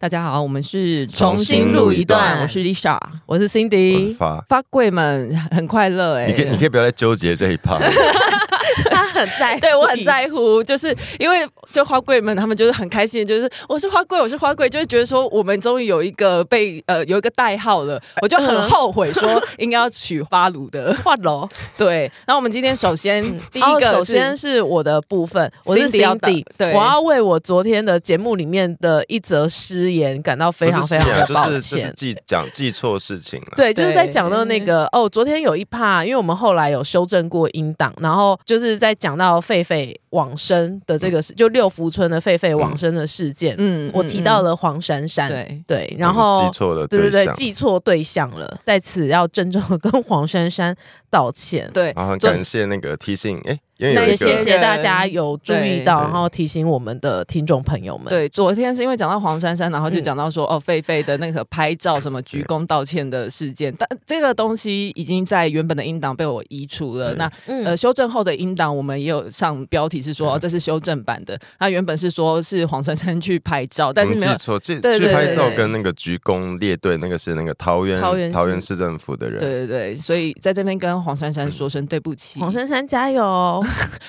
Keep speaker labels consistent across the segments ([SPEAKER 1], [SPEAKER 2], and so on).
[SPEAKER 1] 大家好，我们是
[SPEAKER 2] 重新录一段
[SPEAKER 1] 我是 Lisa。
[SPEAKER 2] 我是
[SPEAKER 3] 我是
[SPEAKER 2] Cindy，
[SPEAKER 3] 发，
[SPEAKER 1] 发贵们很快乐哎、
[SPEAKER 3] 你可以你可以不要再纠结这一趴，
[SPEAKER 2] 他很在 乎
[SPEAKER 1] 对我很在乎，就是因为就花贵们他们就是很开心，就是我是花贵，我是花贵，就是觉得说我们终于有一个被呃有一个代号了，我就很后悔说应该要取花鲁的。
[SPEAKER 2] 换楼。
[SPEAKER 1] 对，那我们今天首先第一
[SPEAKER 2] 哦
[SPEAKER 1] 个是、
[SPEAKER 2] 首先是我的部分，我是
[SPEAKER 1] Cindy 要打
[SPEAKER 2] Cindy，
[SPEAKER 1] 对
[SPEAKER 2] 我要为我昨天的节目里面的一则失言感到非常
[SPEAKER 3] 不是
[SPEAKER 2] 非常
[SPEAKER 3] 信仰
[SPEAKER 2] 的抱
[SPEAKER 3] 就是就是
[SPEAKER 2] 歉。
[SPEAKER 3] 记讲记错事情了。
[SPEAKER 2] 对，就是在讲到那
[SPEAKER 1] 对
[SPEAKER 2] 个哦，昨天有一趴，因为我们后来有修正过音档，然后就是在讲到狒狒往生的这个事，就六福村的狒狒往生的事件，
[SPEAKER 1] 嗯
[SPEAKER 2] 我提到了黄珊珊，
[SPEAKER 1] 对
[SPEAKER 2] 对，
[SPEAKER 3] 我
[SPEAKER 2] 然
[SPEAKER 3] 们
[SPEAKER 2] 后
[SPEAKER 3] 嗯记错了
[SPEAKER 2] 对对
[SPEAKER 3] 象
[SPEAKER 2] 对，，记错对象了，在此要郑重的跟黄珊珊道歉。
[SPEAKER 1] 对
[SPEAKER 3] 然后很
[SPEAKER 1] 就
[SPEAKER 3] 感谢那个提醒，哎，因为
[SPEAKER 1] 那
[SPEAKER 3] 有
[SPEAKER 2] 也
[SPEAKER 3] 一
[SPEAKER 1] 些
[SPEAKER 2] 谢
[SPEAKER 3] 个
[SPEAKER 2] 谢大家有注意到，
[SPEAKER 3] 对
[SPEAKER 2] 然后提醒我们的听众朋友们。，
[SPEAKER 1] 对，昨天是因为讲到黄珊珊，然后
[SPEAKER 3] 嗯
[SPEAKER 1] 就讲到说、哦，狒狒的那个拍照什么鞠躬道歉的事件，但这个东西已经在原本的音档被我移除了。
[SPEAKER 3] 对
[SPEAKER 1] 那
[SPEAKER 2] 嗯
[SPEAKER 1] 呃，修正后的音档我们也有上标题是说、
[SPEAKER 3] 嗯
[SPEAKER 1] 哦、这是修正版的，那原本是说是黄珊珊去拍照，但
[SPEAKER 3] 我
[SPEAKER 1] 是
[SPEAKER 3] 们
[SPEAKER 1] 没有
[SPEAKER 3] 嗯记。错，记
[SPEAKER 1] 对对
[SPEAKER 3] 去
[SPEAKER 2] 对
[SPEAKER 3] 拍照
[SPEAKER 2] 对
[SPEAKER 3] 跟那个鞠躬列队，那个是那个桃园
[SPEAKER 2] 桃园市
[SPEAKER 3] 市政府的人，
[SPEAKER 1] 对对对，所以在这边跟黄珊
[SPEAKER 3] 嗯
[SPEAKER 1] 珊说声对不起。
[SPEAKER 2] 黄珊珊加油！哦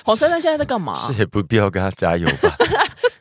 [SPEAKER 1] 黄珊珊现在在干嘛？
[SPEAKER 3] 是也不必要跟他加油吧？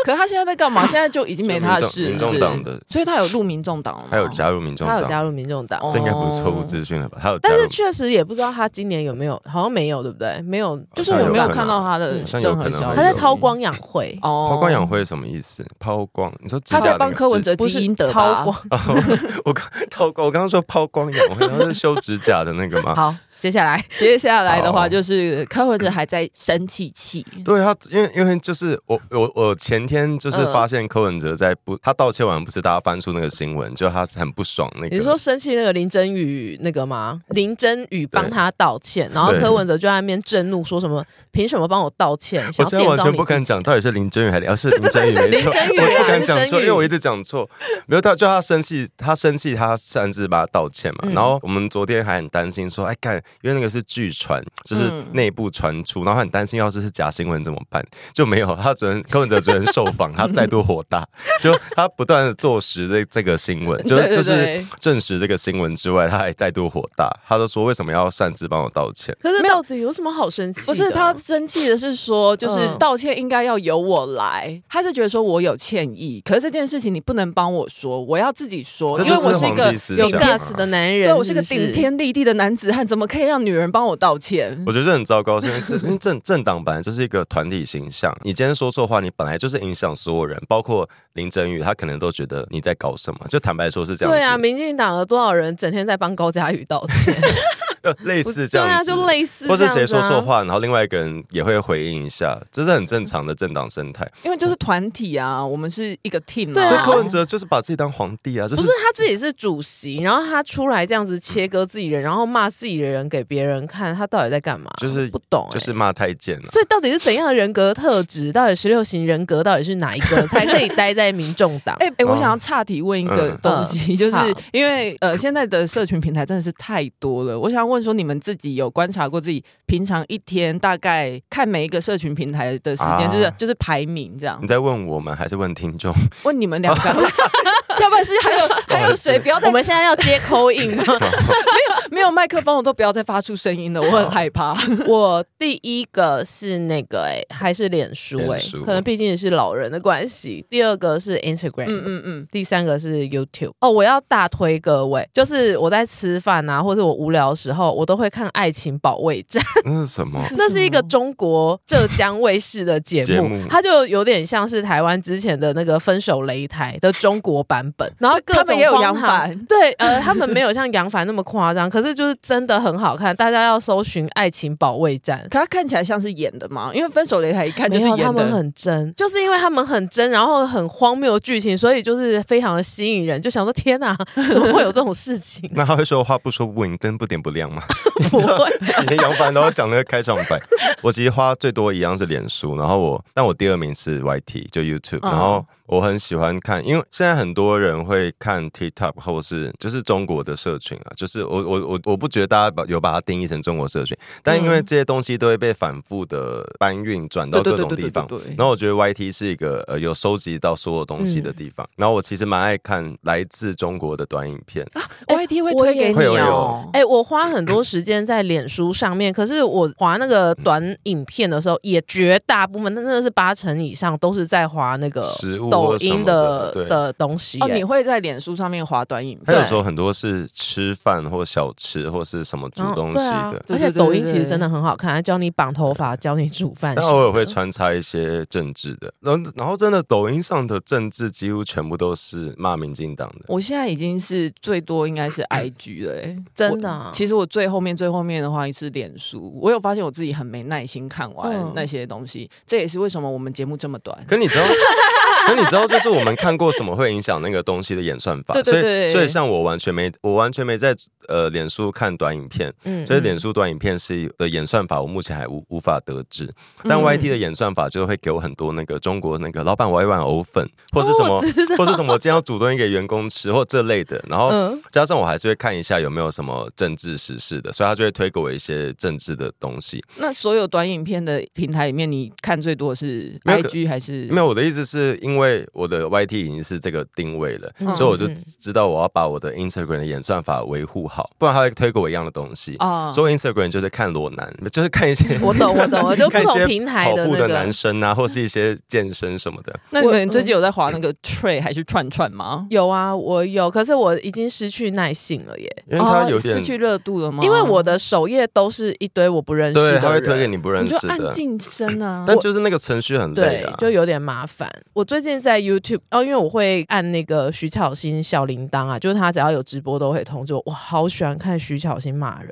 [SPEAKER 1] 可是她现在在干嘛？现在就已经没她的事了。
[SPEAKER 3] 民
[SPEAKER 1] 是不
[SPEAKER 3] 众
[SPEAKER 1] 是哦
[SPEAKER 3] 民众党的
[SPEAKER 1] 所以她有入民众党了吗。
[SPEAKER 3] 还有加入民众
[SPEAKER 2] 他有
[SPEAKER 3] 党，
[SPEAKER 2] 加入民众党，
[SPEAKER 1] 哦
[SPEAKER 3] 这应该不是错误资讯了吧？他有加
[SPEAKER 2] 但
[SPEAKER 3] 入
[SPEAKER 2] 是，确实也不知道他今年有没有，好像没有，对不对？没有，
[SPEAKER 1] 就是我没有看到她的
[SPEAKER 3] 好像有
[SPEAKER 1] 任
[SPEAKER 3] 可
[SPEAKER 1] 何
[SPEAKER 3] 能
[SPEAKER 1] 消息。
[SPEAKER 2] 他在韬光养晦，
[SPEAKER 1] 哦
[SPEAKER 3] 抛光养晦什么意思？抛光，你说指
[SPEAKER 1] 他
[SPEAKER 3] 甲
[SPEAKER 1] 在
[SPEAKER 3] 那
[SPEAKER 1] 帮
[SPEAKER 3] 个
[SPEAKER 1] 柯文
[SPEAKER 3] 指
[SPEAKER 1] 哲
[SPEAKER 2] 不
[SPEAKER 1] 积
[SPEAKER 2] 是
[SPEAKER 1] 阴德吧
[SPEAKER 2] 韬？ 光。
[SPEAKER 3] 我刚抛光，我刚刚说抛光养晦，然后是修指甲的那个吗？
[SPEAKER 2] 好，接下来
[SPEAKER 1] 接下来的话
[SPEAKER 3] 哦
[SPEAKER 1] 就是柯文哲还在生气 气，
[SPEAKER 3] 对他，因为因为就是我我我前天就是
[SPEAKER 2] 嗯
[SPEAKER 3] 发现柯文哲在不，他道歉完不是大家翻出那个新闻，就他很不爽那个。
[SPEAKER 2] 你是说生气那个林真宇那个吗？林真宇帮他道歉，然后
[SPEAKER 3] 对
[SPEAKER 2] 柯文哲就在那边震怒，说什么凭什么帮我道歉？
[SPEAKER 3] 我
[SPEAKER 2] 想要
[SPEAKER 3] 现在
[SPEAKER 2] 电
[SPEAKER 3] 完
[SPEAKER 2] 到
[SPEAKER 3] 全
[SPEAKER 2] 你
[SPEAKER 3] 不敢
[SPEAKER 2] 自己
[SPEAKER 3] 讲到底是林真宇还是哦是林真宇没错，
[SPEAKER 2] 林真宇啊
[SPEAKER 3] 我不敢
[SPEAKER 2] 林
[SPEAKER 3] 讲
[SPEAKER 2] 真
[SPEAKER 3] 错，
[SPEAKER 2] 宇
[SPEAKER 3] 因为我一直讲错。没有他，就他生气，他生气，他擅自把他道歉嘛。
[SPEAKER 2] 嗯
[SPEAKER 3] 然后我们昨天还很担心说，哎干，因为那个是据传，就是
[SPEAKER 1] 嗯
[SPEAKER 3] 内部传出，然后很担心要是是假新闻怎么办？就没有。他昨天柯文哲昨天受访，他再度火大，就他不断的坐实这这个新闻，就
[SPEAKER 1] 对
[SPEAKER 3] 是
[SPEAKER 1] 对
[SPEAKER 3] 就是
[SPEAKER 1] 对
[SPEAKER 3] 证实这个新闻之外，他还再度火大，他就说为什么要擅自帮我道歉？
[SPEAKER 2] 可是
[SPEAKER 1] 没有
[SPEAKER 2] 到底有什么好生气的？
[SPEAKER 1] 不是他生气的是说，就是
[SPEAKER 2] 嗯
[SPEAKER 1] 道歉应该要由我来，他是觉得说我有歉意，可是这件事情你不能帮我说，我要自己说，
[SPEAKER 3] 这
[SPEAKER 1] 因为我
[SPEAKER 3] 就是
[SPEAKER 1] 一
[SPEAKER 3] 皇
[SPEAKER 1] 个
[SPEAKER 3] 帝思
[SPEAKER 2] 有
[SPEAKER 3] 想啊
[SPEAKER 2] guts 的男人，
[SPEAKER 1] 对我是个
[SPEAKER 2] 是不
[SPEAKER 1] 顶天立地的男子汉，怎么可以让女人帮我道歉？
[SPEAKER 3] 我觉得这很糟糕，是因为政因为政政党本来就是一个团体形象，你今天说错话，你本来就是影响所有人，包括林正宇，他可能都觉得你在搞什么。就坦白说是这样子，
[SPEAKER 2] 对啊，民进党的多少人整天在帮高嘉瑜道 歉，
[SPEAKER 3] 呃类似这
[SPEAKER 2] 对啊，
[SPEAKER 3] 样子，
[SPEAKER 2] 就类似这
[SPEAKER 3] 或
[SPEAKER 2] 样子
[SPEAKER 3] 是
[SPEAKER 2] 啊，
[SPEAKER 3] 谁说错话，然后另外一个人也会回应一下，这是很正常的政党生态。
[SPEAKER 1] 因为就是团体啊，我们是一个 team
[SPEAKER 2] 对啊
[SPEAKER 3] 所以
[SPEAKER 1] 啊
[SPEAKER 3] 柯文哲就是把自己当皇帝啊，就
[SPEAKER 2] 不
[SPEAKER 3] 是
[SPEAKER 2] 是他自己是主席，然后他出来这样子切割自己人，然后骂自己的人给别人看，他到底在干嘛？
[SPEAKER 3] 就是
[SPEAKER 2] 不懂、
[SPEAKER 3] 就是
[SPEAKER 2] 欸
[SPEAKER 3] 骂太监了、
[SPEAKER 2] 所以到底是怎样的人格特质？到底十六型人格到底是哪一个才可以待在民众 党？
[SPEAKER 1] 哎、哎、我
[SPEAKER 3] 哦
[SPEAKER 1] 想要岔题问一个
[SPEAKER 3] 嗯
[SPEAKER 1] 东西，就是
[SPEAKER 2] 好
[SPEAKER 1] 因为呃，现在的社群平台真的是太多了。我想问说，你们自己有观察过自己平常一天大概看每一个社群平台的时间，
[SPEAKER 3] 啊嗯
[SPEAKER 1] 就是就是排名这样
[SPEAKER 3] 你？在问我们还是问听众？
[SPEAKER 1] 问你们两个，要不然是还 有还有谁不要
[SPEAKER 2] 我
[SPEAKER 1] 再
[SPEAKER 2] 们现在要接口音吗？
[SPEAKER 1] 没有麦克风，我都不要再发出声音了，我
[SPEAKER 3] 哦
[SPEAKER 1] 很害怕。
[SPEAKER 2] 我第一个是那个哎、还是脸书哎、
[SPEAKER 3] 脸书
[SPEAKER 2] 可能毕竟也是老人的关系。第二个是 Instagram，
[SPEAKER 1] 嗯嗯嗯，
[SPEAKER 2] 第三个是 YouTube 哦，我要大推各位，就是我在吃饭啊，或者我无聊的时候，我都会看《爱情保卫战》，
[SPEAKER 3] 那是什 么？
[SPEAKER 2] 那是一个中国浙江卫视的节
[SPEAKER 3] 节
[SPEAKER 2] 目
[SPEAKER 3] 目，？
[SPEAKER 2] 它就有点像是台湾之前的那个《分手擂台》的中国版本，然后
[SPEAKER 1] 就
[SPEAKER 2] 各
[SPEAKER 1] 他
[SPEAKER 2] 种
[SPEAKER 1] 们也有
[SPEAKER 2] 荒
[SPEAKER 1] 杨
[SPEAKER 2] 唐
[SPEAKER 1] 凡
[SPEAKER 2] 对，呃，他们没有像杨凡那么夸张，可是就是真的很好看，大家要搜寻《爱情保卫战》。
[SPEAKER 1] 可他看起来像是演的嘛，因为分手擂台一看就是
[SPEAKER 2] 没有啊他
[SPEAKER 1] 演
[SPEAKER 2] 们
[SPEAKER 1] 的。
[SPEAKER 2] 很真，就是因为他们很真，然后很荒谬的剧情，所以就是非常的吸引人，就想说天哪， 怎么会有这种事情
[SPEAKER 3] 那他会说话不说不赢，灯不点不亮吗？
[SPEAKER 2] 不会，
[SPEAKER 3] 以前杨凡都要讲那个开场白，我其实花最多一样是脸书，然后我，但我第二名是 YT，就 YouTube，、
[SPEAKER 1] 嗯
[SPEAKER 3] 然后我很喜欢看，因为现在很多人会看 TikTok 或是就是中国的社群啊，就是我我我我不觉得大家把有把它定义成中国社群，但因为这些东西都会被反复的搬运转到
[SPEAKER 4] 嗯对
[SPEAKER 3] 各
[SPEAKER 4] 对
[SPEAKER 3] 种
[SPEAKER 4] 对对
[SPEAKER 3] 地
[SPEAKER 4] 对
[SPEAKER 3] 方，
[SPEAKER 4] 对，嗯
[SPEAKER 3] 然后我觉得 YT 是一个呃有收集到所有东西的地方。然后我其实蛮爱看来自中国的短影片，
[SPEAKER 1] YT 啊会
[SPEAKER 2] 我
[SPEAKER 1] 推给
[SPEAKER 2] 也
[SPEAKER 1] 你
[SPEAKER 3] 有
[SPEAKER 1] 哦。
[SPEAKER 4] 哦
[SPEAKER 2] 哎、我花很多时间在脸书上面，可是我划那个短影片的时候，也绝大部分，那真的是八成以上都是在划那
[SPEAKER 4] 呃
[SPEAKER 2] 个
[SPEAKER 3] 食物
[SPEAKER 2] 抖
[SPEAKER 3] 或什
[SPEAKER 2] 音
[SPEAKER 3] 么的，对。
[SPEAKER 2] 的东西、
[SPEAKER 1] 哦，
[SPEAKER 2] 哎
[SPEAKER 1] 你会在脸书上面滑短影
[SPEAKER 3] 还
[SPEAKER 1] 片？
[SPEAKER 3] 有时候很多是吃饭或小吃或是什么煮
[SPEAKER 2] 嗯
[SPEAKER 3] 东
[SPEAKER 2] 对
[SPEAKER 3] 西
[SPEAKER 2] 啊
[SPEAKER 3] 的，
[SPEAKER 4] 对
[SPEAKER 2] 而且
[SPEAKER 4] 对对
[SPEAKER 2] 抖音
[SPEAKER 4] 对
[SPEAKER 2] 其实
[SPEAKER 4] 对
[SPEAKER 2] 真的很好看，它教你绑头发，教你煮饭什
[SPEAKER 3] 但
[SPEAKER 2] 么的，
[SPEAKER 3] 偶尔会穿插一些政治的。然后然后真的抖音上的政治几乎全部都是骂民进党的。嗯
[SPEAKER 1] 我现在已经是最多应该是 IG 了、欸，
[SPEAKER 2] 真的啊、
[SPEAKER 1] 其实我最后面最后面的话是脸书，我有发现我自己很没耐心看
[SPEAKER 2] 嗯
[SPEAKER 1] 完那些东西，这也是为什么我们节目这么短。
[SPEAKER 3] 可你知道，可你知道，就是我们看过什么会影响那个东西的演算法。
[SPEAKER 1] 对对对
[SPEAKER 3] 所以所以像我完全没，我完全没在呃脸书看短影片，
[SPEAKER 2] 嗯
[SPEAKER 3] 所以脸书短影片是的演算法，我目前还无无法得知。但
[SPEAKER 1] 嗯
[SPEAKER 3] YT 的演算法就会给我很多那个中国那个老板我要一碗藕粉，或是什么，
[SPEAKER 2] 哦我 知道
[SPEAKER 3] 或是什么，我今天要煮东西给员工吃，或这类的。然后
[SPEAKER 2] 嗯
[SPEAKER 3] 加上我还是会看一下有没有什么政治时事的，所以他就会推给我一些政治的东西。
[SPEAKER 1] 那所有短影片的平台里面，你看最多的是
[SPEAKER 3] 没有可
[SPEAKER 1] IG 还是？
[SPEAKER 3] 没有，我的意思是因为我的 YT 已经是这个定位了，
[SPEAKER 2] 嗯
[SPEAKER 3] 所以我就
[SPEAKER 2] 嗯
[SPEAKER 3] 知道我要把我的 Instagram 的演算法维护好，不然它会推给我一样的东西。
[SPEAKER 1] 啊
[SPEAKER 3] 所以 Instagram 就是看裸 男，就是看一些
[SPEAKER 2] 哦我懂，我懂，我就不
[SPEAKER 3] 看一
[SPEAKER 2] 同
[SPEAKER 3] 些
[SPEAKER 2] 平台
[SPEAKER 3] 跑
[SPEAKER 2] 的
[SPEAKER 3] 步
[SPEAKER 2] 那
[SPEAKER 3] 的
[SPEAKER 2] 个
[SPEAKER 3] 男生啊，或是一些健身什么的。
[SPEAKER 1] 那你
[SPEAKER 2] 我
[SPEAKER 1] 们最近有在滑那个 tray 还是串串吗？
[SPEAKER 2] 有啊，我有，可是我已经失去耐性了耶，
[SPEAKER 3] 因为他有
[SPEAKER 1] 哦
[SPEAKER 3] 点、
[SPEAKER 1] 失去热度了吗？
[SPEAKER 2] 因为我的首页都是一堆我不认识的
[SPEAKER 3] 对，
[SPEAKER 2] 人，
[SPEAKER 3] 他会推给你不认
[SPEAKER 1] 你就
[SPEAKER 3] 识
[SPEAKER 1] 按
[SPEAKER 3] 的，
[SPEAKER 1] 晋升啊，
[SPEAKER 3] 但就是那个程序很累
[SPEAKER 2] 对
[SPEAKER 3] 啊，。
[SPEAKER 2] 就有点麻烦。我最近在 YouTube 哦，因为我会按那个徐巧芯小铃铛啊，就是他只要有直播都会通知我。我好喜欢看徐巧芯骂人，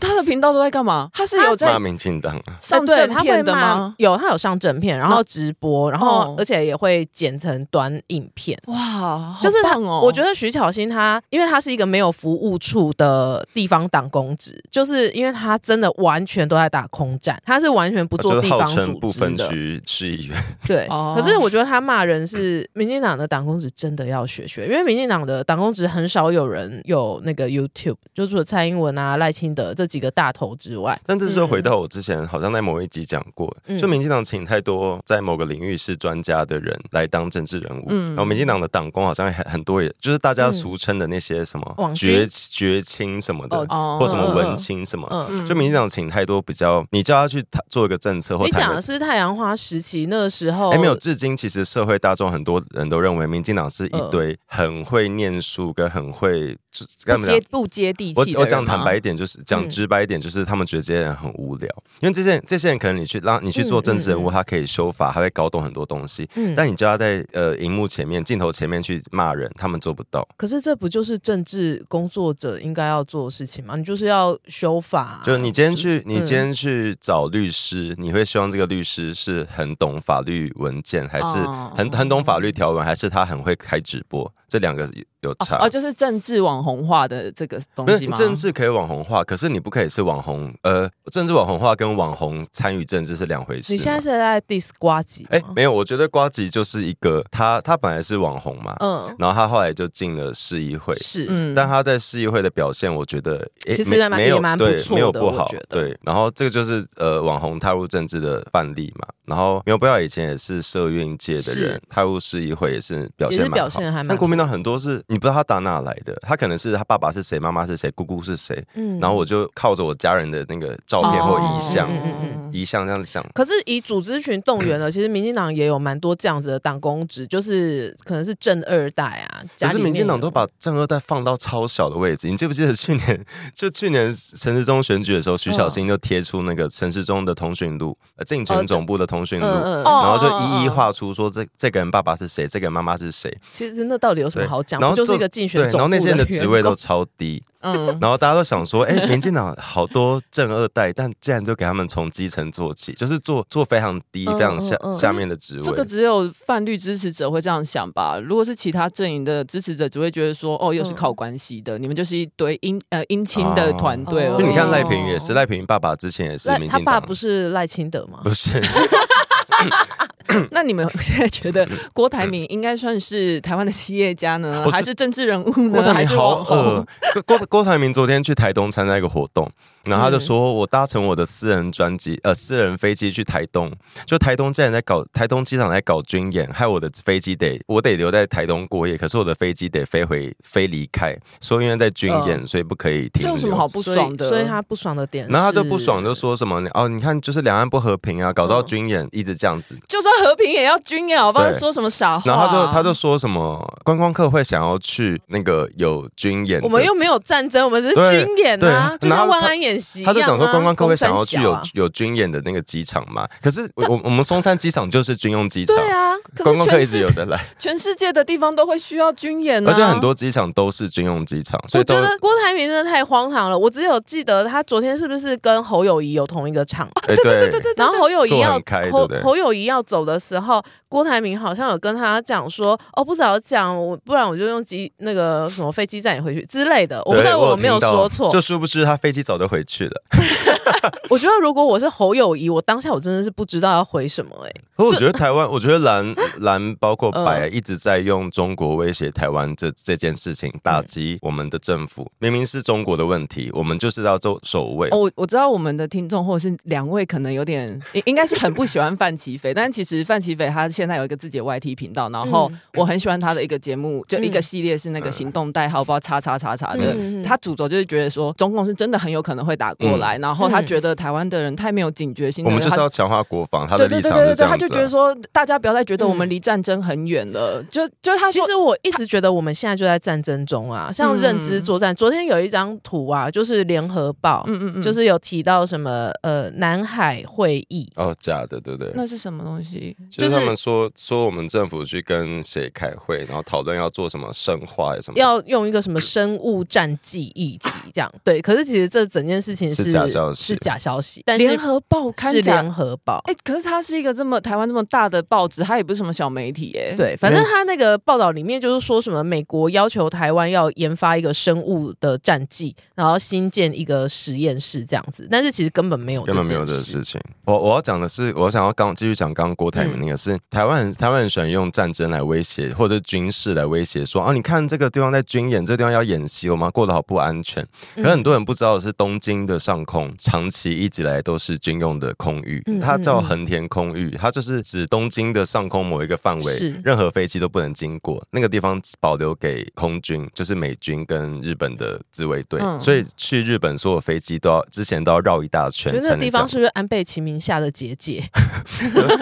[SPEAKER 1] 他的频道都在干嘛？他是有
[SPEAKER 3] 骂
[SPEAKER 1] 在
[SPEAKER 3] 民进党啊，
[SPEAKER 1] 上
[SPEAKER 2] 哎对
[SPEAKER 1] 正
[SPEAKER 2] 他会
[SPEAKER 1] 片的
[SPEAKER 2] 骂
[SPEAKER 1] 吗？
[SPEAKER 2] 有，他有上正片，然后直播，然后
[SPEAKER 1] 哦
[SPEAKER 2] 而且也会剪成短影片。
[SPEAKER 1] 哇，
[SPEAKER 2] 就是他，
[SPEAKER 1] 好棒哦，
[SPEAKER 2] 我觉得徐巧芯他，因为他是一个没有服务处的地方党公职，就是因为他真的完全都在打空战，他是完全不做
[SPEAKER 3] 哦就
[SPEAKER 2] 地
[SPEAKER 3] 是号
[SPEAKER 2] 方
[SPEAKER 3] 称
[SPEAKER 2] 组
[SPEAKER 3] 不
[SPEAKER 2] 织
[SPEAKER 3] 分
[SPEAKER 2] 的。
[SPEAKER 3] 区市议员，
[SPEAKER 2] 对，
[SPEAKER 1] 哦
[SPEAKER 2] 可是我觉得他骂人是民进党的党公职真的要学学，因为民进党的党公职很少有人有那个 YouTube，就除了蔡英文啊、赖清德这几个大头之外，
[SPEAKER 3] 但这是回到我之前好像在某一集讲过，
[SPEAKER 2] 嗯
[SPEAKER 3] 就民进党请太多在某个领域是专家的人来当政治人物，
[SPEAKER 1] 嗯
[SPEAKER 3] 然后民进党的党工好像很很多也，就是大家
[SPEAKER 2] 嗯
[SPEAKER 3] 俗称的那些什
[SPEAKER 2] 网
[SPEAKER 3] 么绝
[SPEAKER 2] 军
[SPEAKER 3] 绝亲什么的，
[SPEAKER 2] 哦
[SPEAKER 1] 哦
[SPEAKER 3] 或什么
[SPEAKER 2] 嗯
[SPEAKER 3] 文青什么。
[SPEAKER 2] 嗯。
[SPEAKER 1] 嗯
[SPEAKER 3] 就民进党请太多比较，你叫他去谈做一个政策或
[SPEAKER 2] 你
[SPEAKER 3] 谈
[SPEAKER 2] 讲
[SPEAKER 3] 个
[SPEAKER 2] 的是太阳花时期那个时候，
[SPEAKER 3] 哎，没有，至今其实社会大众很多人都认为民进党是
[SPEAKER 2] 呃
[SPEAKER 3] 一堆很会念书跟很会，就是跟
[SPEAKER 1] 不
[SPEAKER 3] 他们
[SPEAKER 1] 接
[SPEAKER 3] 讲。
[SPEAKER 1] 不接地气
[SPEAKER 3] 我
[SPEAKER 1] 的人吗。啊
[SPEAKER 3] 我讲坦白一点，就是讲
[SPEAKER 2] 嗯
[SPEAKER 3] 直白一点，就是他们觉得这些人很无聊，因为这些人这些人可能你去让你去做
[SPEAKER 2] 嗯
[SPEAKER 3] 政治人
[SPEAKER 2] 嗯
[SPEAKER 3] 物，他可以修法，他会搞懂很多东西，
[SPEAKER 2] 嗯
[SPEAKER 3] 但你叫他在呃荧幕前面、镜头前面去骂人，他们做不到。
[SPEAKER 2] 可是这不就是政治工作者应该要做的事情吗？你就是要修法啊、
[SPEAKER 3] 就是你今天去，你
[SPEAKER 2] 嗯
[SPEAKER 3] 今天去找律师，你会希望这个律师是很懂法律文件，还是
[SPEAKER 1] 哦
[SPEAKER 3] 很很懂法律条文，还是他很会开直播？这两个有有差
[SPEAKER 1] 哦，就是政治网红化的这个东
[SPEAKER 3] 不是
[SPEAKER 1] 西吗？
[SPEAKER 3] 政治可以网红化，可是你不可以是网红。呃，政治网红化跟网红参与政治是两回事嘛。
[SPEAKER 2] 你现在是在 diss 瓜吉吗？
[SPEAKER 3] 哎、没有，我觉得瓜吉就是一个他，他本来是网红嘛，
[SPEAKER 2] 嗯，
[SPEAKER 3] 然后他后来就进了市议会，
[SPEAKER 2] 是，
[SPEAKER 1] 嗯
[SPEAKER 3] 但他在市议会的表现，我觉得、诶
[SPEAKER 2] 其实
[SPEAKER 3] 没
[SPEAKER 2] 还蛮
[SPEAKER 3] 没有
[SPEAKER 2] 也蛮不
[SPEAKER 3] 对
[SPEAKER 2] 错的
[SPEAKER 3] 没有不好
[SPEAKER 2] 我觉，得
[SPEAKER 3] 对。然后这个就是呃网红踏入政治的范例嘛。然后没有不要以前也是社运界的人
[SPEAKER 2] 是
[SPEAKER 3] 踏入市议会也是表
[SPEAKER 2] 也
[SPEAKER 3] 现
[SPEAKER 2] 是
[SPEAKER 3] 蛮
[SPEAKER 2] 表
[SPEAKER 3] 好。
[SPEAKER 2] 现还蛮
[SPEAKER 3] 但国民党很多是你不知道他打哪来的，他可能是他爸爸是谁，妈妈是谁，姑姑是谁，
[SPEAKER 2] 嗯
[SPEAKER 3] 然后我就靠着我家人的那个照片或遗像，
[SPEAKER 2] 哦嗯嗯嗯
[SPEAKER 3] 遗像这样想。
[SPEAKER 2] 可是以组织群动员呢，其实民进党也有蛮多这样子的党公职，就是可能是正二代啊。
[SPEAKER 3] 可
[SPEAKER 2] 家
[SPEAKER 3] 是
[SPEAKER 2] 里
[SPEAKER 3] 民
[SPEAKER 2] 面
[SPEAKER 3] 进党
[SPEAKER 2] 有
[SPEAKER 3] 都把正二代放到超小的位置，你记不记得去年 就去年陈时中选举的时候，徐小新就贴出那个陈时中的通讯录，呃，竞
[SPEAKER 2] 哦
[SPEAKER 3] 选
[SPEAKER 2] 这
[SPEAKER 3] 总部的通讯
[SPEAKER 2] 嗯
[SPEAKER 3] 录，
[SPEAKER 2] 嗯，
[SPEAKER 1] 哦
[SPEAKER 2] 嗯
[SPEAKER 3] 然后就一一画出说这这个人爸爸是谁，这个人妈妈是谁，
[SPEAKER 2] 其实那到底有什么
[SPEAKER 3] 对
[SPEAKER 2] 好讲？
[SPEAKER 3] 然后
[SPEAKER 2] 不就是
[SPEAKER 3] 这
[SPEAKER 2] 一个竞
[SPEAKER 3] 对，
[SPEAKER 2] 选
[SPEAKER 3] 然
[SPEAKER 2] 总啊
[SPEAKER 3] 后
[SPEAKER 2] 部
[SPEAKER 3] 那些人的
[SPEAKER 2] 员
[SPEAKER 3] 职位都
[SPEAKER 2] 工
[SPEAKER 3] 超低，
[SPEAKER 1] 嗯，
[SPEAKER 3] 然后大家都想说，哎、民进党好多正二代，但竟然就给他们从基层做起，就是做做非常低、
[SPEAKER 2] 嗯
[SPEAKER 3] 非常下、
[SPEAKER 2] 嗯嗯
[SPEAKER 3] 下面的职位。
[SPEAKER 1] 这个只有泛绿支持者会这样想吧？如果是其他阵营的支持者，只会觉得说，哦，又
[SPEAKER 2] 嗯
[SPEAKER 1] 是靠关系的，你们就是一堆姻呃姻亲的团队
[SPEAKER 2] 哦
[SPEAKER 1] 而
[SPEAKER 3] 就
[SPEAKER 1] 已。
[SPEAKER 3] 你看
[SPEAKER 2] 哦
[SPEAKER 3] 赖平也是，赖平爸爸之前也是
[SPEAKER 2] 赖
[SPEAKER 3] 民
[SPEAKER 2] 他
[SPEAKER 3] 进
[SPEAKER 2] 爸
[SPEAKER 3] 党，
[SPEAKER 2] 不是赖清德吗？
[SPEAKER 3] 不是，
[SPEAKER 1] 那你们现在觉 得郭台铭应该算是台湾的企业家呢，
[SPEAKER 3] 我是
[SPEAKER 1] 还是政治人物
[SPEAKER 3] 郭
[SPEAKER 1] 呢，
[SPEAKER 3] 台
[SPEAKER 1] 还
[SPEAKER 3] 铭
[SPEAKER 1] 是
[SPEAKER 3] 好
[SPEAKER 1] 网红？
[SPEAKER 3] 恶。郭 郭台铭昨天去台东参加一个活动，
[SPEAKER 1] 嗯
[SPEAKER 3] 然后他就说：“我搭乘我的私人专机，呃，私人飞机去台东。就台东竟然在搞台东机场在搞军演，害我的飞机得我得留在台东过夜，可是我的飞机得飞回飞离开，说因为在军演，所以不可以
[SPEAKER 1] 嗯
[SPEAKER 3] 停
[SPEAKER 1] 这有什么好
[SPEAKER 3] 留。”
[SPEAKER 1] 不
[SPEAKER 2] 所
[SPEAKER 1] 爽
[SPEAKER 2] 以
[SPEAKER 1] 的？
[SPEAKER 2] 所以他不爽的点，
[SPEAKER 3] 然后他就不爽，就，说什么哦，你看，就是两岸不和平啊，搞
[SPEAKER 1] 嗯
[SPEAKER 3] 到军演一直这样子。
[SPEAKER 1] 就算和平也要军演，好不好？
[SPEAKER 3] 对
[SPEAKER 1] 说什么傻话？啊
[SPEAKER 3] 然后他就他就说什么观光客会想要去那个有军演的，
[SPEAKER 2] 我们又没有战争，我们只是
[SPEAKER 3] 对
[SPEAKER 2] 军演啊，
[SPEAKER 3] 对
[SPEAKER 2] 就
[SPEAKER 3] 然后他
[SPEAKER 2] 像万安演习一
[SPEAKER 3] 他
[SPEAKER 2] 样啊
[SPEAKER 3] 就想说观光客会想要去有、
[SPEAKER 2] 公山小啊
[SPEAKER 3] 有军演的那个机场嘛？可是我我我们松山机场就是军用机场，
[SPEAKER 2] 对啊，
[SPEAKER 1] 可是
[SPEAKER 3] 观光客
[SPEAKER 1] 全
[SPEAKER 3] 一直
[SPEAKER 1] 世
[SPEAKER 3] 有的来，
[SPEAKER 1] 全世界的地方都会需要军演、啊，
[SPEAKER 3] 而且很多机场都是军用机场，所
[SPEAKER 2] 我
[SPEAKER 3] 以都
[SPEAKER 2] 觉得郭台铭真的太荒唐了。我只有记得他昨天是不是跟侯友谊有同一个场，
[SPEAKER 3] 哎对
[SPEAKER 1] 哦对对
[SPEAKER 2] 然后侯友谊
[SPEAKER 3] 坐
[SPEAKER 2] 要
[SPEAKER 3] 很开
[SPEAKER 2] 侯
[SPEAKER 3] 对不对
[SPEAKER 2] 侯友谊要走的时候，郭台铭好像有跟他讲说，哦，不早讲，我不然我就用机那个什么飞机载你回去之类的。我不知
[SPEAKER 3] 对
[SPEAKER 2] 道
[SPEAKER 3] 我
[SPEAKER 2] 有没有
[SPEAKER 3] 听到
[SPEAKER 2] 说错。
[SPEAKER 3] 就殊不知他飞机早就回去了。
[SPEAKER 2] 我觉得如果我是侯友谊，我当下我真的是不知道要回什么哎、
[SPEAKER 3] 可我觉得台湾，我 觉得蓝蓝包括白
[SPEAKER 2] 呃
[SPEAKER 3] 一直在用中国威胁台湾这这件事情打击我们的政府，明明是中国的问题，我们就是要做守卫
[SPEAKER 1] 哦，。我我知道我们的听众或者是两位可能有点，应应该是很不喜欢范琪斐，但其实范琪斐他现在有一个自己的 YT 频道，然后
[SPEAKER 2] 嗯
[SPEAKER 1] 我很喜欢他的一个节目，就一个系列是那个行动代号，不知道叉叉叉叉的
[SPEAKER 2] 嗯嗯嗯。
[SPEAKER 1] 他主轴就是觉得说，中共是真的很有可能会打过来，然后他觉得台湾的人太没有警觉性了，
[SPEAKER 3] 嗯我们就是
[SPEAKER 1] 他
[SPEAKER 3] 要强化国防，他的
[SPEAKER 1] 对
[SPEAKER 3] 立
[SPEAKER 1] 对
[SPEAKER 3] 场
[SPEAKER 1] 对
[SPEAKER 3] 是
[SPEAKER 1] 对
[SPEAKER 3] 这
[SPEAKER 1] 对，
[SPEAKER 3] 样
[SPEAKER 1] 他
[SPEAKER 3] 子
[SPEAKER 1] 就
[SPEAKER 3] 啊、
[SPEAKER 1] 觉得说，大家不要再觉得我们离战争很远了，就就他
[SPEAKER 2] 嗯其
[SPEAKER 1] 说。嗯
[SPEAKER 2] 实我一直觉得我们现在就在战争中啊，像认知作战。昨天有一张图啊，就是联合报，
[SPEAKER 1] 嗯嗯嗯，
[SPEAKER 2] 就是有提到什么呃南海会议，
[SPEAKER 3] 哦，假的，对不对？
[SPEAKER 1] 那是什么东西？
[SPEAKER 3] 就是他
[SPEAKER 2] 就是
[SPEAKER 3] 们说说我们政府去跟谁开会，然后讨论要做什么深化什么，
[SPEAKER 2] 要用一个什么生物战记议题这样。对，可是其实这整件事情是
[SPEAKER 3] 是假消息
[SPEAKER 2] 是假消息，但
[SPEAKER 1] 联
[SPEAKER 2] 是
[SPEAKER 1] 合报刊
[SPEAKER 2] 是
[SPEAKER 1] 假
[SPEAKER 2] 联合报。
[SPEAKER 1] 哎、可是它是一个这么台湾这么大的报纸，它也不是什么小媒体哎、
[SPEAKER 2] 对，反正他那个报道里面就是说什么美国要求台湾要研发一个生物的战剂，然后新建一个实验室这样子，但是其实根本没有
[SPEAKER 3] 根本没有
[SPEAKER 2] 件
[SPEAKER 3] 这个
[SPEAKER 2] 事
[SPEAKER 3] 事情。我我要讲的是，我想要刚继续讲刚刚郭台
[SPEAKER 2] 嗯
[SPEAKER 3] 铭那个是、台湾人，台湾人喜欢用战争来威胁，或者是军事来威胁，说啊，你看这个地方在军演，这个地方要演习，我们过得好不安全。
[SPEAKER 2] 嗯
[SPEAKER 3] 可是很多人不知道的是，东京的上空长期一直以来都是军用的空域，
[SPEAKER 2] 嗯
[SPEAKER 3] 它叫
[SPEAKER 2] 嗯嗯
[SPEAKER 3] 横田空域，它就是指东京的上空某一个范围
[SPEAKER 2] 是，
[SPEAKER 3] 任何飞机都不能经过，那个地方保留给空军，就是美军跟日本的自卫队，
[SPEAKER 1] 嗯
[SPEAKER 3] 所以去日本所有飞机都要之前都要绕一大圈
[SPEAKER 2] 觉得那
[SPEAKER 3] 才
[SPEAKER 2] 个
[SPEAKER 3] 能
[SPEAKER 2] 地
[SPEAKER 3] 这样
[SPEAKER 2] 方是不是安倍晴明下的结界？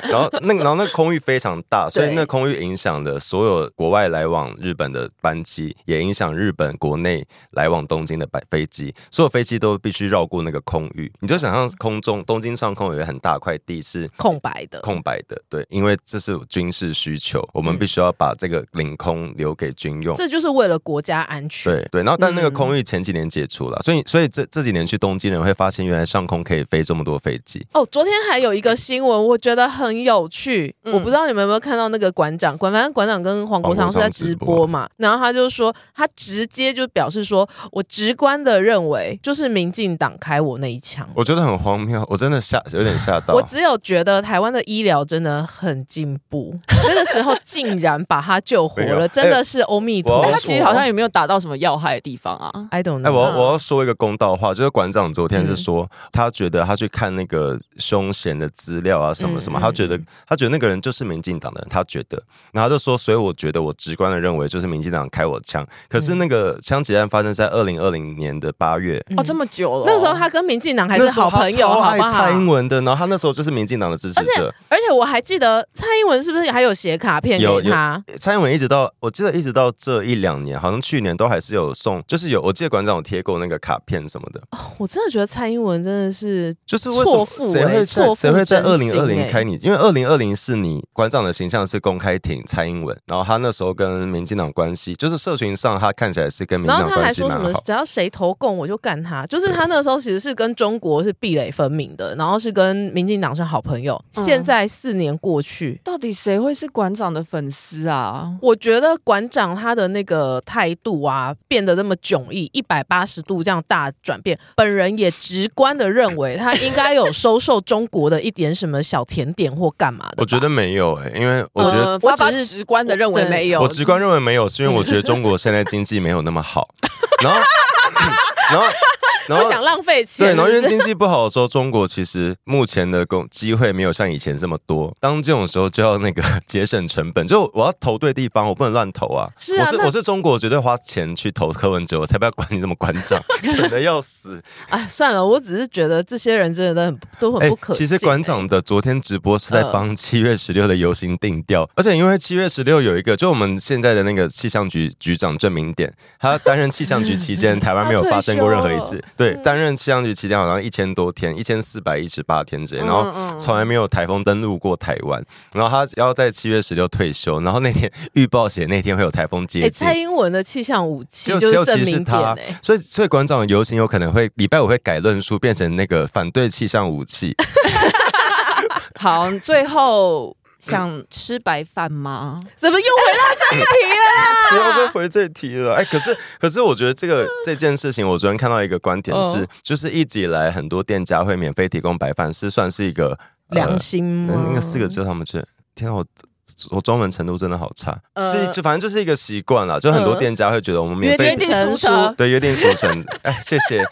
[SPEAKER 3] 然后那个，然后那个空域非常大，所以
[SPEAKER 2] 对
[SPEAKER 3] 那空域影响了所有国外来往日本的班机，也影响日本国内来往东京的班飞机。所有飞机都必须绕过那个空域。你就想象空中东京上空有一个很大块地是
[SPEAKER 2] 空白的，
[SPEAKER 3] 空白的，对，因为这是军事需求，我们
[SPEAKER 2] 嗯
[SPEAKER 3] 必须要把这个领空留给军用。
[SPEAKER 2] 这嗯就是为了国家安全。
[SPEAKER 3] 对对，然后但那个空域前几年解除了，所以所以这这几年去东京人会发现，原来上空可以飞这么多飞机。
[SPEAKER 2] 哦，昨天还有一个新闻，我觉得很有趣。
[SPEAKER 1] 嗯
[SPEAKER 2] 我不知道你们有没有看到那个馆长，馆反正馆长跟黄国昌是在直播嘛，然后他就说，他直接就表示说，我直观的认为就是民进党开我那一枪。
[SPEAKER 3] 我觉得很荒谬，我真的吓有点吓到。
[SPEAKER 2] 我只有觉得台湾的医疗真的很进步，那个时候竟然把他救活
[SPEAKER 3] 没有哎
[SPEAKER 2] 了，真的是欧米陀
[SPEAKER 3] 我要
[SPEAKER 2] 佛。
[SPEAKER 1] 哎它其实好像也没有打到什么要害的地方啊。
[SPEAKER 2] I don't
[SPEAKER 3] 哎、我
[SPEAKER 2] know，、
[SPEAKER 3] 要我要说一个公道话，就是馆长昨天
[SPEAKER 2] 嗯
[SPEAKER 3] 是说，他觉得他去看那个凶险的资料啊，什么什么，
[SPEAKER 2] 嗯嗯
[SPEAKER 3] 他觉得他觉得那个人就是民进党的人，他觉得，然后他就说，所以我觉得我直观的认为就是民进党开我枪。可是那个枪击案发生在二零二零年的八月，
[SPEAKER 2] 嗯
[SPEAKER 1] 哦，这么久了哦、
[SPEAKER 2] 那时候他跟民进党还是
[SPEAKER 3] 那时候
[SPEAKER 2] 好
[SPEAKER 3] 他
[SPEAKER 2] 朋友，啊
[SPEAKER 3] 超
[SPEAKER 2] 好
[SPEAKER 3] 爱
[SPEAKER 2] 不好嗯
[SPEAKER 3] 蔡？英文的，然后他那时候就是民进党的支持者，
[SPEAKER 2] 而且我还记得蔡英文是不是还有写卡片
[SPEAKER 3] 有
[SPEAKER 2] 给他？
[SPEAKER 3] 蔡英文一直到我记得一直到这一两年，好像去年都还是有送，就是有我记得馆长有贴过那个卡片什么的。
[SPEAKER 2] 我真的觉得蔡英文真的是
[SPEAKER 3] 就是为什么
[SPEAKER 2] 错付
[SPEAKER 3] 谁
[SPEAKER 2] 欸
[SPEAKER 3] 会
[SPEAKER 2] 错
[SPEAKER 3] 在
[SPEAKER 2] 付
[SPEAKER 3] 谁会在二
[SPEAKER 2] 真心
[SPEAKER 3] 零二零
[SPEAKER 2] 欸
[SPEAKER 3] 开你？因为二零二零是你馆长的形象是公开挺蔡英文，然后他那时候跟民进党关系，就是社群上他看起来是跟民
[SPEAKER 2] 然
[SPEAKER 3] 进
[SPEAKER 2] 后
[SPEAKER 3] 党
[SPEAKER 2] 他还
[SPEAKER 3] 关系
[SPEAKER 2] 说
[SPEAKER 3] 蛮
[SPEAKER 2] 什么
[SPEAKER 3] 好，。
[SPEAKER 2] 只要谁投共我就干他，就是他那时候其实是跟中国是壁垒分明的，然后是跟民进党是好朋友。
[SPEAKER 1] 嗯
[SPEAKER 2] 现在四年过去，
[SPEAKER 1] 到底谁会是馆长的粉丝啊？
[SPEAKER 2] 我觉得馆长他的那个态度啊，变得那么迥异，一百八十度这样大转变。本人也直观的认为，他应该有收受中国的一点什么小甜点或干嘛的吧。
[SPEAKER 3] 我觉得没有哎、因为我觉得、
[SPEAKER 1] 呃
[SPEAKER 2] 我
[SPEAKER 1] 发发
[SPEAKER 2] 只是
[SPEAKER 1] 直观的认为
[SPEAKER 2] 对
[SPEAKER 1] 没有，
[SPEAKER 3] 我直观认为没有，是因为我觉得中国现在经济没有那么 好，然后 然后然
[SPEAKER 2] 不
[SPEAKER 3] 后
[SPEAKER 2] 想浪费
[SPEAKER 3] 对，
[SPEAKER 2] 钱，
[SPEAKER 3] 然后因
[SPEAKER 2] 是
[SPEAKER 3] 为
[SPEAKER 2] 不是
[SPEAKER 3] 经济不好的时候，中国其实目前的工机会没有像以前这么多。当这种时候就要那个节省成本，就我要投对地方，我不能乱投啊。
[SPEAKER 2] 是啊
[SPEAKER 3] 我是
[SPEAKER 2] 那
[SPEAKER 3] 我是中国，绝对花钱去投柯文哲，我才不要管你这么关 账，蠢的要死。
[SPEAKER 2] 哎，算了，我只是觉得这些人真的都很都很不可
[SPEAKER 3] 哎
[SPEAKER 2] 信、嗯
[SPEAKER 3] 其实馆长的昨天直播是在帮七月十六的游行定调，而且因为七月十六有一个，就我们现在的那个气象局局长郑明典，他担任气象局期 间，台湾没有发生过任何一次。对，
[SPEAKER 2] 嗯
[SPEAKER 3] 担任气象局期间好像一千多天，一千四百一十八天之类，然
[SPEAKER 2] 嗯
[SPEAKER 3] 后从来没有台风登陆过台湾。然后他要在七月十六退休，然后那天预报写那天会有台风
[SPEAKER 2] 哎、
[SPEAKER 3] 接近
[SPEAKER 2] 蔡。英文的气象武器
[SPEAKER 3] 就
[SPEAKER 2] 就是证
[SPEAKER 3] 其实是
[SPEAKER 2] 明点
[SPEAKER 3] 他
[SPEAKER 2] 哎、，
[SPEAKER 3] 所以所以馆长的游行有可能会礼拜五会改论述，变成那个反对气象武 器，
[SPEAKER 1] 好，最后想吃白饭吗？
[SPEAKER 2] 怎么又回到这一题了？
[SPEAKER 3] 不要再回这题了。哎，可是可是，我觉得这 个这件事情，我昨天看到一个观点是，
[SPEAKER 2] 哦
[SPEAKER 3] 就是一直以来很多店家会免费提供白饭，是算是一个
[SPEAKER 2] 良、心
[SPEAKER 3] 呃
[SPEAKER 2] 吗？
[SPEAKER 3] 那那个
[SPEAKER 1] 哦
[SPEAKER 3] 四个字，他们觉得天啊，我我中文程度真的好差，
[SPEAKER 2] 呃
[SPEAKER 3] 是就反正就是一个习惯啦，就很多
[SPEAKER 2] 呃
[SPEAKER 3] 店家会觉得我们免
[SPEAKER 2] 约
[SPEAKER 3] 费
[SPEAKER 2] 定
[SPEAKER 1] 定
[SPEAKER 2] 成
[SPEAKER 1] 俗
[SPEAKER 2] 熟，
[SPEAKER 1] 成
[SPEAKER 3] 对约定俗成，哎，谢谢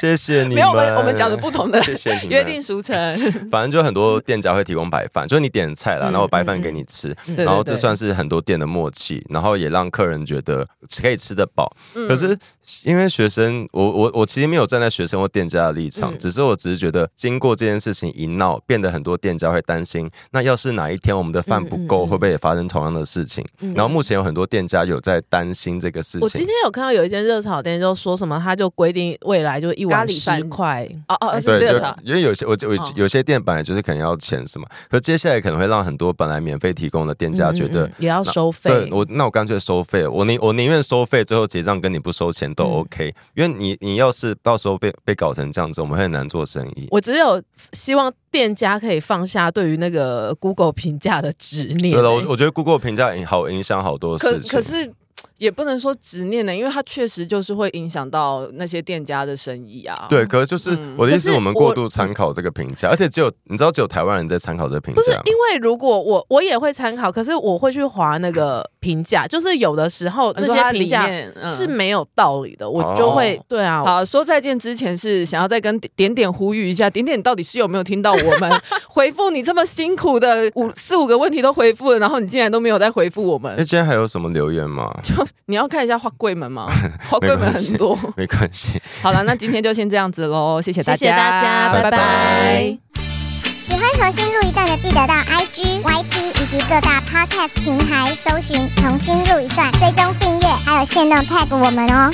[SPEAKER 3] 谢谢你
[SPEAKER 1] 没有，我们我们讲的不同的
[SPEAKER 3] 谢谢你们
[SPEAKER 1] 约定俗成，
[SPEAKER 3] 反正就很多店家会提供白饭，就是你点菜啦，
[SPEAKER 2] 嗯
[SPEAKER 3] 然后我白饭给你吃，
[SPEAKER 1] 对
[SPEAKER 3] 然后
[SPEAKER 1] 对对
[SPEAKER 3] 这算是很多店的默契，然后也让客人觉得可以吃得饱。
[SPEAKER 1] 嗯
[SPEAKER 3] 可是因为学生，我我我其实没有站在学生或店家的立场，
[SPEAKER 2] 嗯
[SPEAKER 3] 只是我只是觉得经过这件事情一闹，变得很多店家会担心，那要是哪一天我们的饭不
[SPEAKER 2] 嗯
[SPEAKER 3] 够，
[SPEAKER 2] 嗯嗯
[SPEAKER 3] 会不会也发生同样的事情？
[SPEAKER 2] 嗯
[SPEAKER 3] 然后目前有很多店家有在担心这个事
[SPEAKER 2] 我今
[SPEAKER 3] 情
[SPEAKER 2] 天。有看到有一间热炒店，就说什么，他就规定未来就一
[SPEAKER 1] 咖
[SPEAKER 2] 碗
[SPEAKER 1] 喱
[SPEAKER 2] 十
[SPEAKER 1] 饭
[SPEAKER 2] 块，
[SPEAKER 1] 哦哦，
[SPEAKER 2] 对
[SPEAKER 1] 是
[SPEAKER 3] 对，
[SPEAKER 1] 热
[SPEAKER 3] 就
[SPEAKER 1] 茶，
[SPEAKER 3] 因为有些我我
[SPEAKER 1] 哦
[SPEAKER 3] 有些店本来就是可能要钱什么，可接下来可能会让很多本来免费提供的店家觉得
[SPEAKER 2] 嗯嗯嗯也要收费
[SPEAKER 3] 对。我，那我干脆收费，我宁我宁愿收费，最后结账跟你不收钱都
[SPEAKER 2] 嗯
[SPEAKER 3] OK，、因为你你要是到时候被被搞成这样子，我们会很难做生意。
[SPEAKER 2] 我只有希望店家可以放下对于那个 Google 评价的执念、
[SPEAKER 3] 对了，我
[SPEAKER 2] 欸
[SPEAKER 3] 我觉得 Google 评价影好影响好多
[SPEAKER 1] 可
[SPEAKER 3] 事情。
[SPEAKER 1] 可是。也不能说执念呢，因为它确实就是会影响到那些店家的生意啊。
[SPEAKER 3] 对，可是就是、
[SPEAKER 1] 嗯
[SPEAKER 3] 我的意
[SPEAKER 2] 可
[SPEAKER 3] 思，
[SPEAKER 2] 是
[SPEAKER 3] 我们
[SPEAKER 2] 我嗯
[SPEAKER 3] 过度参考这个评价，而且只有你知道，只有台湾人在参考这个评
[SPEAKER 2] 不是
[SPEAKER 3] 价吗。
[SPEAKER 2] 因为如果我我也会参考，可是我会去划那个评价，就是有的时候
[SPEAKER 1] 你
[SPEAKER 2] 那
[SPEAKER 1] 说它
[SPEAKER 2] 些
[SPEAKER 1] 里
[SPEAKER 2] 评价
[SPEAKER 1] 面嗯
[SPEAKER 2] 是没有道理的，我就会、
[SPEAKER 1] 哦
[SPEAKER 2] 对啊，
[SPEAKER 1] 好，说再见之前是想要再跟点点点呼吁一下，点点到底是有没有听到我 们回复你这么辛苦的五四五个问题都回复了，然后你竟然都没有再回复我
[SPEAKER 3] 那
[SPEAKER 1] 们，
[SPEAKER 3] 哎今天还有什么留言吗？
[SPEAKER 1] 你要看一下花柜门吗？花柜
[SPEAKER 3] 没
[SPEAKER 1] 门
[SPEAKER 3] 关系
[SPEAKER 1] 很多。
[SPEAKER 3] 没关系，
[SPEAKER 1] 好了，那今天就先这样子喽，谢谢大家，
[SPEAKER 2] 谢谢大家拜
[SPEAKER 1] 拜
[SPEAKER 2] 拜
[SPEAKER 1] 拜
[SPEAKER 4] 喜欢重新录一段的，记得到 IG、YT 以及各大 Podcast 平台搜寻“重新录一段”，追踪订阅，还有限定 tag 我们哦。